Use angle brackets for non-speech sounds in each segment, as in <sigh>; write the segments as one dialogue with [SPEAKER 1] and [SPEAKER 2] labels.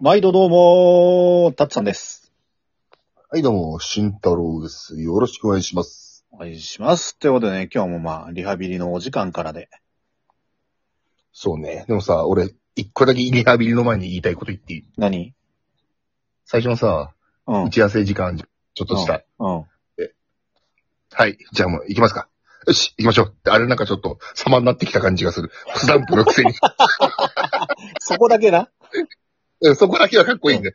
[SPEAKER 1] 毎度どうも、たつさんです。
[SPEAKER 2] はい、どうも、慎太郎です。よろしくお願いします。
[SPEAKER 1] お願いします。ということでね、今日もまあ、リハビリのお時間からで。
[SPEAKER 2] そうね。でもさ、俺、一個だけリハビリの前に言いたいこと言っていい
[SPEAKER 1] 何
[SPEAKER 2] 最初のさ、
[SPEAKER 1] うん。
[SPEAKER 2] 打ち合わせ時間、ちょっとしたい。
[SPEAKER 1] うん。
[SPEAKER 2] はい、じゃあもう行きますか。よし、行きましょう。あれなんかちょっと様になってきた感じがする。スタンプのくせに。 <laughs>
[SPEAKER 1] そこだけな。
[SPEAKER 2] うんそこだけはかっこいいんだよ。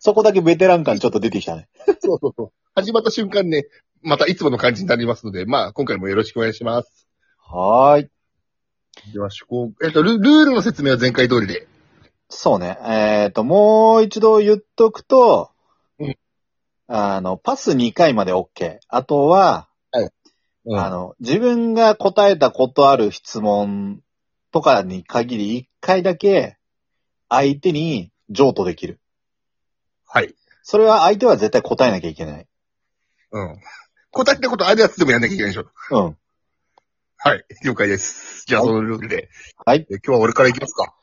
[SPEAKER 1] そこだけベテラン感ちょっと出てきたね。
[SPEAKER 2] そうそうそう。始まった瞬間ね、またいつもの感じになりますので、まあ、今回もよろしくお願いします。
[SPEAKER 1] はーい。
[SPEAKER 2] では、趣向、えっとル、ルールの説明は前回通りで。
[SPEAKER 1] そうね。えっ、と、もう一度言っとくと、
[SPEAKER 2] うん
[SPEAKER 1] あの、パス2回まで OK。あとは、
[SPEAKER 2] う
[SPEAKER 1] あの、自分が答えたことある質問とかに限り1回だけ、相手に譲渡できる。
[SPEAKER 2] はい。
[SPEAKER 1] それは相手は絶対答えなきゃいけない。
[SPEAKER 2] うん。答えたことあるやつでもやんなきゃいけないでしょ。
[SPEAKER 1] うん。
[SPEAKER 2] はい、了解です。じゃあ、
[SPEAKER 1] はい
[SPEAKER 2] そのルールで。
[SPEAKER 1] はい。
[SPEAKER 2] え今日は俺から行きますか。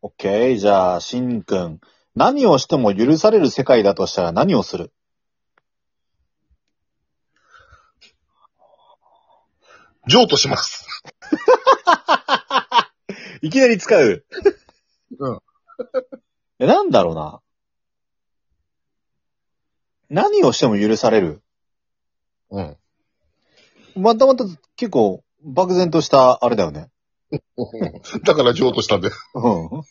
[SPEAKER 1] オッケー。じゃあ、しんくん。何をしても許される世界だとしたら何をする
[SPEAKER 2] 譲渡します。
[SPEAKER 1] いきなり使う。
[SPEAKER 2] うん。
[SPEAKER 1] え、なんだろうな。何をしても許される。
[SPEAKER 2] うん。
[SPEAKER 1] またまた結構漠然としたあれだよね。
[SPEAKER 2] <laughs> だから譲渡したんだよ。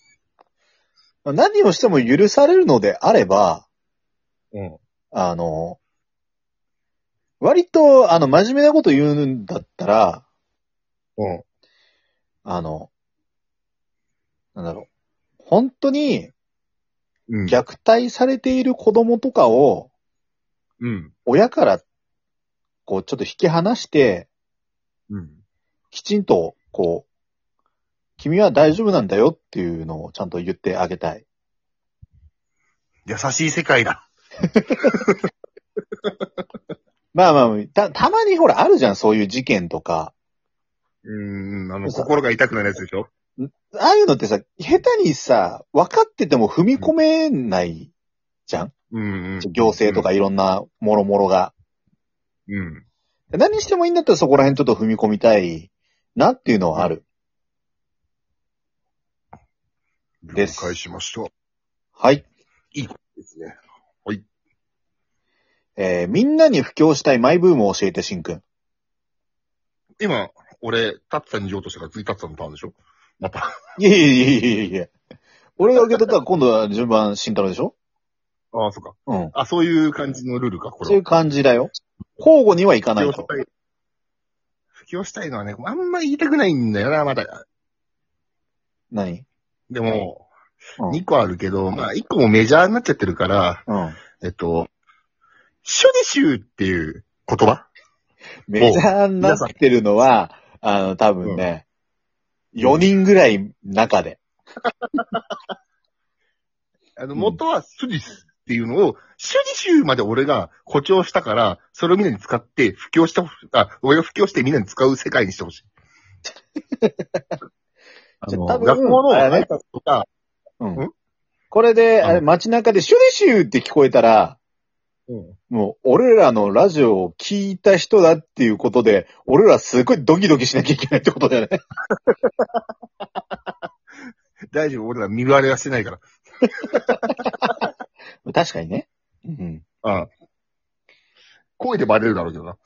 [SPEAKER 1] うん。何をしても許されるのであれば、
[SPEAKER 2] うん。
[SPEAKER 1] あの、割と、あの、真面目なこと言うんだったら、
[SPEAKER 2] うん。
[SPEAKER 1] あの、なんだろう。本当に
[SPEAKER 2] うん。
[SPEAKER 1] 虐待されている子供とかを
[SPEAKER 2] うん。
[SPEAKER 1] 親からこうちょっと引き離して
[SPEAKER 2] うん。
[SPEAKER 1] きちんとこう君は大丈夫なんだよっていうのをちゃんと言ってあげたい。
[SPEAKER 2] 優しい世界だ。
[SPEAKER 1] まあまあ、た、たまにほらあるじゃん、そういう事件とか。
[SPEAKER 2] うーん、あの、
[SPEAKER 1] そう
[SPEAKER 2] 心が痛くなるやつでしょ
[SPEAKER 1] ああいうのってさ、下手にさ、分かってても踏み込めないじゃん、
[SPEAKER 2] うん。
[SPEAKER 1] 行政とか。いろんなもろもろが。
[SPEAKER 2] うん。
[SPEAKER 1] 何してもいいんだったらそこら辺ちょっと踏み込みたいなっていうのはある。
[SPEAKER 2] 了
[SPEAKER 1] です
[SPEAKER 2] 解しました。
[SPEAKER 1] はい。
[SPEAKER 2] ですね。
[SPEAKER 1] えーみんなに布教したいマイブームを教えて、しんくん。
[SPEAKER 2] 今、俺、タッツさんに譲渡したから次タッツさんのターンでしょまた。
[SPEAKER 1] いやいやいやいやいや俺が受け取ったら今度は順番、慎太郎でしょ
[SPEAKER 2] ああ、そうか。
[SPEAKER 1] うん。
[SPEAKER 2] あ、そういう感じのルールか、こ
[SPEAKER 1] そうい
[SPEAKER 2] れ
[SPEAKER 1] う感じだよ。交互にはいか
[SPEAKER 2] は。
[SPEAKER 1] ない
[SPEAKER 2] 布教し
[SPEAKER 1] と。
[SPEAKER 2] たい。布教したいのはね、あんま言いたくないんだよな、まだ。
[SPEAKER 1] 何
[SPEAKER 2] でも、
[SPEAKER 1] うん
[SPEAKER 2] 2個あるけど、まあ1個もメジャーになっちゃってるから、
[SPEAKER 1] うん。
[SPEAKER 2] えっと、処理臭っていう言葉
[SPEAKER 1] メジャーになってるのは、あの、多分ね、
[SPEAKER 2] ん
[SPEAKER 1] 4人ぐらい中で。
[SPEAKER 2] あの、
[SPEAKER 1] うん
[SPEAKER 2] 元は処理臭っていうのを、処理臭まで俺が誇張したから、それをみんなに使って、布教した、あ、俺が布教してみんなに使う世界にしてほしい。
[SPEAKER 1] <laughs>
[SPEAKER 2] あの、
[SPEAKER 1] じゃあ多分
[SPEAKER 2] 学校の
[SPEAKER 1] あれね
[SPEAKER 2] 挨拶とか、
[SPEAKER 1] うん。
[SPEAKER 2] うん
[SPEAKER 1] これで、
[SPEAKER 2] あの
[SPEAKER 1] あれ街中でシュリシューって聞こえたら、もう、俺らのラジオを聞いた人だっていうことで、俺らすごいドキドキしなきゃいけないってことだよね。
[SPEAKER 2] 大丈夫、俺ら見割れはしてないから。
[SPEAKER 1] <laughs> 確かにね。うん。
[SPEAKER 2] うん。声でバレるだろうけどな。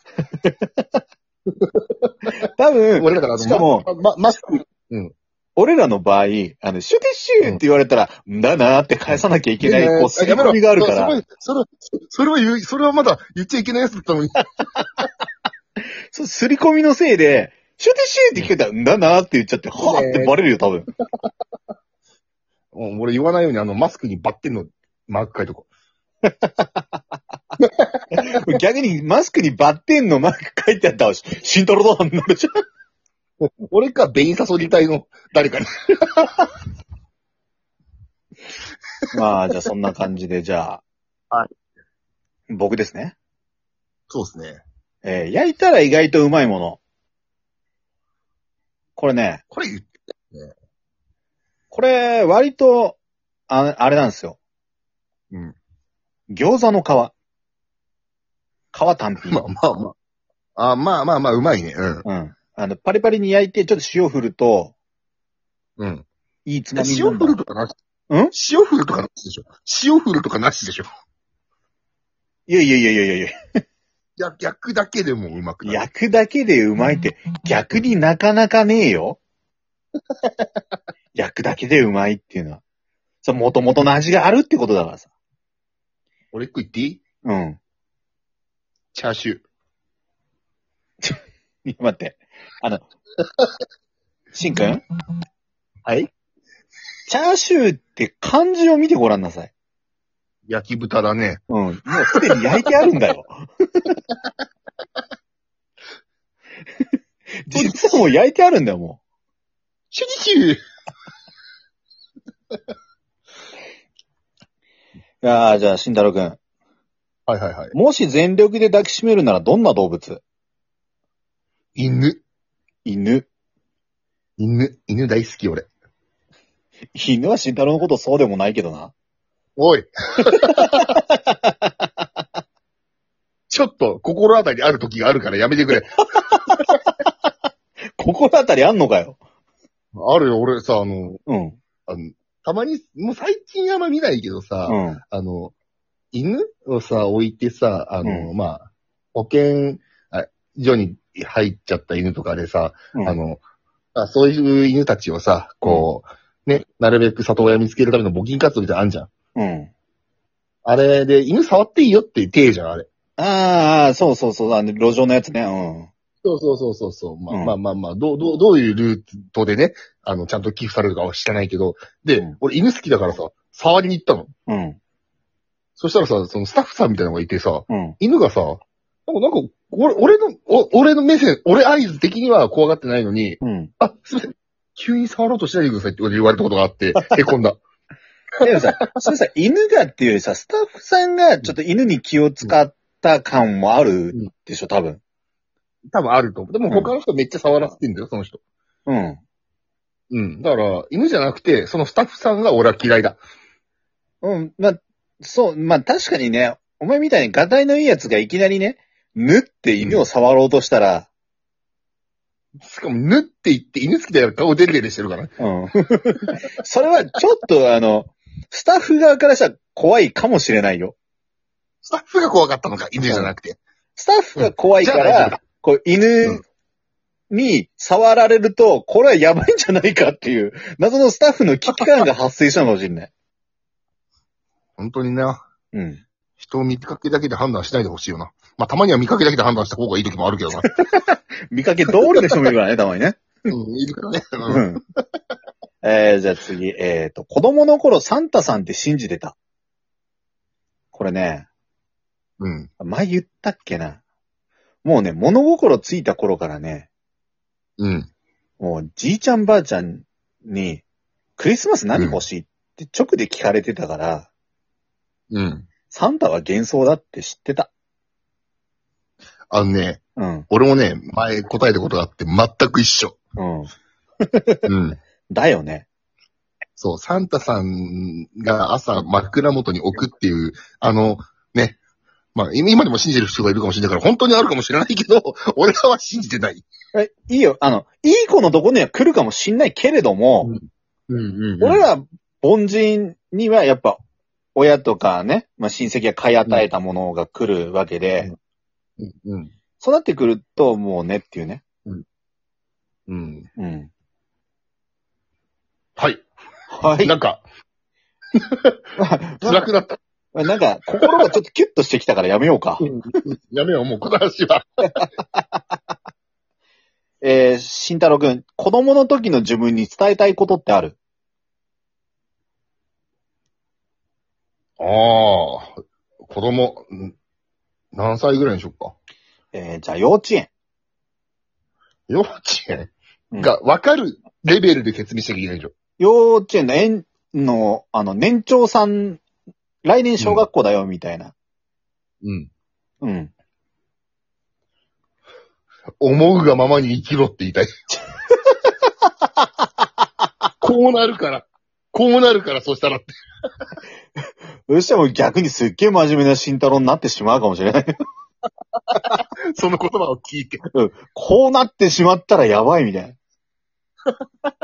[SPEAKER 1] 多分、
[SPEAKER 2] 俺だからあの、
[SPEAKER 1] しかも
[SPEAKER 2] ま、ま、マスク、
[SPEAKER 1] 俺らの場合、あの、シュテシューって言われたら、んだなーって返さなきゃいけない、こう、刷り込みがあるか
[SPEAKER 2] やめ
[SPEAKER 1] ら、
[SPEAKER 2] ろそれは、それは、それは言う、それはまだ言っちゃいけないやつだったのに。
[SPEAKER 1] そ刷り込みのせいで、シュテシューって聞けたら、んだなーって言っちゃって、はーってバレるよ、多分。
[SPEAKER 2] うん俺言わないようにあの、マスクにバッテンのマーク書
[SPEAKER 1] <laughs>
[SPEAKER 2] いとこ
[SPEAKER 1] 逆に、マスクにバッテンのマーク書いてあったわし、慎太郎だなるじゃん。
[SPEAKER 2] う。俺か、ベインサソリ隊の誰かに。
[SPEAKER 1] まあ、じゃあそんな感じで、じゃあ、。
[SPEAKER 2] はい
[SPEAKER 1] 僕ですね。
[SPEAKER 2] そうですね。
[SPEAKER 1] えー焼いたら意外とうまいもの。これね、
[SPEAKER 2] これ言っ
[SPEAKER 1] これ、割と、あ、あれなんですよ。
[SPEAKER 2] うん。
[SPEAKER 1] 餃子の皮。皮単品。
[SPEAKER 2] まあまあまあ。あまあまあまあ、うまいね。うん。
[SPEAKER 1] うん。あの、パリパリに焼いて、ちょっと塩振ると、
[SPEAKER 2] うん。
[SPEAKER 1] いいつまみにな
[SPEAKER 2] 塩
[SPEAKER 1] ん
[SPEAKER 2] 振
[SPEAKER 1] だ
[SPEAKER 2] るとかなし。
[SPEAKER 1] ん
[SPEAKER 2] 塩振るとかなしでしょ。塩振るとかなしでしょ。
[SPEAKER 1] いやいやいやいやいやい
[SPEAKER 2] や逆だけでもうまく
[SPEAKER 1] や、
[SPEAKER 2] なる。
[SPEAKER 1] 焼くだけでうまいって、逆になかなかねえ <laughs> よ。焼くだけでうまいっていうのは。そう、元々の味があるってことだからさ。
[SPEAKER 2] 俺食いっていい
[SPEAKER 1] うん。
[SPEAKER 2] チャーシュー。
[SPEAKER 1] いや待って。あの、しんくん
[SPEAKER 2] はい
[SPEAKER 1] チャーシューって漢字を見てごらんなさい。
[SPEAKER 2] 焼き豚だね。
[SPEAKER 1] うん。もうすでに焼いてあるんだ <laughs> よ。実はもう焼いてあるんだよ、も
[SPEAKER 2] シュリシュー
[SPEAKER 1] う。いやーじゃあ、慎太郎くん。
[SPEAKER 2] はいはいはい。
[SPEAKER 1] もし全力で抱きしめるならどんな動物
[SPEAKER 2] 犬。
[SPEAKER 1] 犬。 <laughs>
[SPEAKER 2] 犬。犬大好き俺。
[SPEAKER 1] 犬は慎太郎のことそうでもないけどな。
[SPEAKER 2] おい。 <laughs> ちょっと心当たりある時があるからやめてくれ。
[SPEAKER 1] 心当たりあんのかよ。
[SPEAKER 2] あるよ、俺さ、あの、
[SPEAKER 1] うん。
[SPEAKER 2] あのたまに、もう最近あんま見ないけどさ、
[SPEAKER 1] うん。
[SPEAKER 2] あの、犬をさ、置いてさ、あの、
[SPEAKER 1] う
[SPEAKER 2] まあ、保健あ所に入っちゃった犬とかでさ、
[SPEAKER 1] うん
[SPEAKER 2] あの、あ、そういう犬たちをさ、こう、ね、なるべく里親見つけるための募金活動みたいなのあんじゃん。
[SPEAKER 1] うん。
[SPEAKER 2] あれで、犬触っていいよっていう体じゃん、あれ。
[SPEAKER 1] あーあー、そうそうそう、あの、路上のやつね。うん。
[SPEAKER 2] そうそうそうそうそう。まあ、
[SPEAKER 1] うん
[SPEAKER 2] まあまあまあ、どう、どう、どういうルートでね、あの、ちゃんと寄付されるかは知らないけど、で、
[SPEAKER 1] うん
[SPEAKER 2] 俺犬好きだからさ、触りに行ったの。
[SPEAKER 1] うん。そ
[SPEAKER 2] そしたらさ、そのスタッフさんみたいなのがいてさ、
[SPEAKER 1] うん。
[SPEAKER 2] 犬がさ、なんか、なんか俺俺の、お俺の目線、俺合図的には怖がってないのに、
[SPEAKER 1] うん。
[SPEAKER 2] あ、すいません、急に触ろうとしないでくださいって言われたことがあ <laughs> って、へこんだ。
[SPEAKER 1] でもさ、 <laughs> それさ、犬がっていうよりさ、スタッフさんがちょっと犬に気を使った感もあるでしょ、多分。
[SPEAKER 2] 多分あると思う。でも
[SPEAKER 1] うん
[SPEAKER 2] 他の人めっちゃ触らせてんだよ、その人。
[SPEAKER 1] うん。
[SPEAKER 2] うん。だから、犬じゃなくて、そのスタッフさんが俺は嫌いだ。
[SPEAKER 1] うん、まあ、そう、まあ確かにね、お前みたいにガタイのいいやつがいきなりね、ぬって犬を触ろうとしたら、
[SPEAKER 2] しかも、ぬって言って犬好きだよ、顔デレデレしてるから。
[SPEAKER 1] うん。それはちょっとあの、スタッフ側からしたら怖いかもしれないよ。
[SPEAKER 2] スタッフが怖かったのか、犬じゃなくて。
[SPEAKER 1] スタッフが怖いか
[SPEAKER 2] うんじゃあ大丈
[SPEAKER 1] ら、こう犬に触られると、これはやばいんじゃないかっていう、謎のスタッフの危機感が発生したのかもしれない。
[SPEAKER 2] 本当にな、
[SPEAKER 1] うん。
[SPEAKER 2] 人を見かけだけで判断しないでほしいよな。まあ、たまには見かけだけで判断した方がいい時もあるけ <laughs> どな。
[SPEAKER 1] 見かけ通りの人もいるからね、たまにね。
[SPEAKER 2] うん、いるからね。うん <laughs>
[SPEAKER 1] うん。えー、じゃあ次、えっ、と、子供の頃サンタさんって信じてた。これね、
[SPEAKER 2] うん。
[SPEAKER 1] 前言ったっけな。もうね、物心ついた頃からね、
[SPEAKER 2] うん。
[SPEAKER 1] もうじいちゃんばあちゃんに、クリスマス何欲しいって直で聞かれてたから、
[SPEAKER 2] うん。
[SPEAKER 1] サンタは幻想だって知ってた。
[SPEAKER 2] あのね、
[SPEAKER 1] うん。
[SPEAKER 2] 俺もね、前答えたことがあって、全く一緒。
[SPEAKER 1] うん。
[SPEAKER 2] うん。
[SPEAKER 1] だよね。
[SPEAKER 2] そう、サンタさんが朝枕元に置くっていう、あの、ね。まあ、今今でも信じる人がいるかもしれないから、本当にあるかもしれないけど、 <laughs> 俺らは信じてない。
[SPEAKER 1] え、いいよ。あの、いい子のとこには来るかもしんないけれども、
[SPEAKER 2] うんうん
[SPEAKER 1] 俺
[SPEAKER 2] 俺ら、
[SPEAKER 1] ら凡人にはやっぱ、親とかね、まあ、親戚が買い与えたものが来るわけで、
[SPEAKER 2] うんうん。
[SPEAKER 1] そうなってくるともうねっていうね。
[SPEAKER 2] うん。
[SPEAKER 1] うん。
[SPEAKER 2] はい。
[SPEAKER 1] はい。 <laughs>
[SPEAKER 2] なんか、辛くなった。
[SPEAKER 1] なんか、心がちょっとキュッとしてきたからやめようか。
[SPEAKER 2] やめよう、もうこの話は。
[SPEAKER 1] えー、慎太郎くん、子供の時の自分に伝えたいことってある
[SPEAKER 2] ああ、子供、ん何歳ぐらいにしよっか。
[SPEAKER 1] えー、じゃあ幼稚園。
[SPEAKER 2] 幼稚園が分かるレベルで説明しなきゃいけないでしょ。
[SPEAKER 1] 幼稚園の園の、あの、年長さん、来年小学校だよ、みたいな。
[SPEAKER 2] うん。
[SPEAKER 1] うん。
[SPEAKER 2] 思うがま <laughs> まに生きろって言いたい。こうなるから。こうなるから、そしたらって。
[SPEAKER 1] そしたらもう逆にすっげえ真面目な慎太郎になってしまうかもしれない。 <laughs>
[SPEAKER 2] その言葉を聞いて。
[SPEAKER 1] こうなってしまったらやばいみたいな。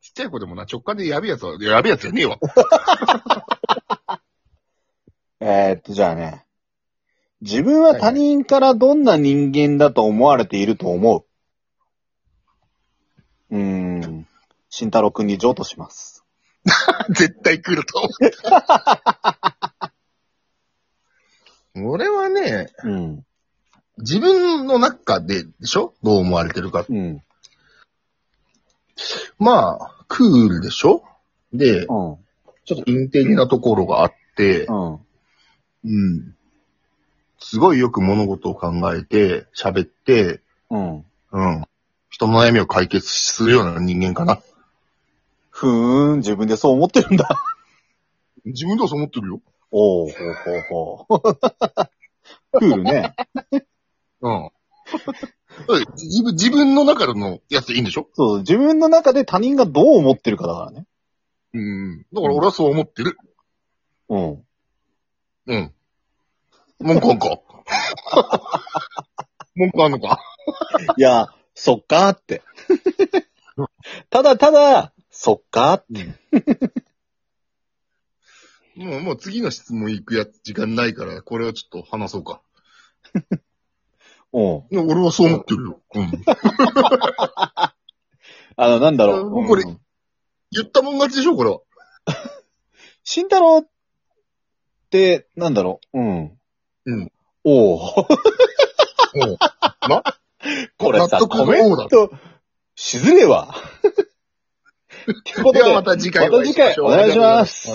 [SPEAKER 2] ちっちゃい子でもな、直感でやべえやつは、いややべえやつじゃねえわ。
[SPEAKER 1] えー、っと、じゃあね。自分は他人からどんな人間だと思われていると思ううーん。慎太郎くんに譲渡します。
[SPEAKER 2] <laughs> 絶対来ると思った。 <laughs> 俺はね、
[SPEAKER 1] うん。
[SPEAKER 2] 自分の中で、でしょどう思われてるか。
[SPEAKER 1] うん。
[SPEAKER 2] まあ、クールでしょで、
[SPEAKER 1] うん。
[SPEAKER 2] ちょっとインテリなところがあって、
[SPEAKER 1] うん。
[SPEAKER 2] うん。すごいよく物事を考えて、喋って、
[SPEAKER 1] うん。
[SPEAKER 2] うん。人の悩みを解決するような人間かな。
[SPEAKER 1] ふーん、自分でそう思ってるんだ。
[SPEAKER 2] 自分ではそう思ってるよ。
[SPEAKER 1] <laughs> おー、ほうほうほう。 <laughs> クールね。
[SPEAKER 2] うん。自分自分の中のやつでいいんでしょ
[SPEAKER 1] そう、自分の中で他人がどう思ってるかだからね。
[SPEAKER 2] うん。だから俺はそう思ってる。
[SPEAKER 1] うん。
[SPEAKER 2] うん。文句あんか文句あんのか
[SPEAKER 1] いや、そっかーって。 <laughs> ただただ、そっかーって。
[SPEAKER 2] もう、もう次の質問行くやつ時間ないから、これはちょっと話そうか。
[SPEAKER 1] うん。
[SPEAKER 2] いや俺はそう思ってるよ。
[SPEAKER 1] <laughs>
[SPEAKER 2] うん。
[SPEAKER 1] あの、なんだろ
[SPEAKER 2] う
[SPEAKER 1] う。
[SPEAKER 2] んこれ
[SPEAKER 1] うん
[SPEAKER 2] 言ったもん勝ちでしょ、これは。
[SPEAKER 1] 慎太郎って、なんだろう。うん。
[SPEAKER 2] うん。
[SPEAKER 1] おお。
[SPEAKER 2] うん。
[SPEAKER 1] <laughs> これさ、
[SPEAKER 2] 納得の
[SPEAKER 1] コメン
[SPEAKER 2] 王
[SPEAKER 1] ト、
[SPEAKER 2] <laughs>
[SPEAKER 1] しずれわ。ってこと
[SPEAKER 2] で
[SPEAKER 1] で、
[SPEAKER 2] はま
[SPEAKER 1] ま
[SPEAKER 2] た次回
[SPEAKER 1] た次回お願いします。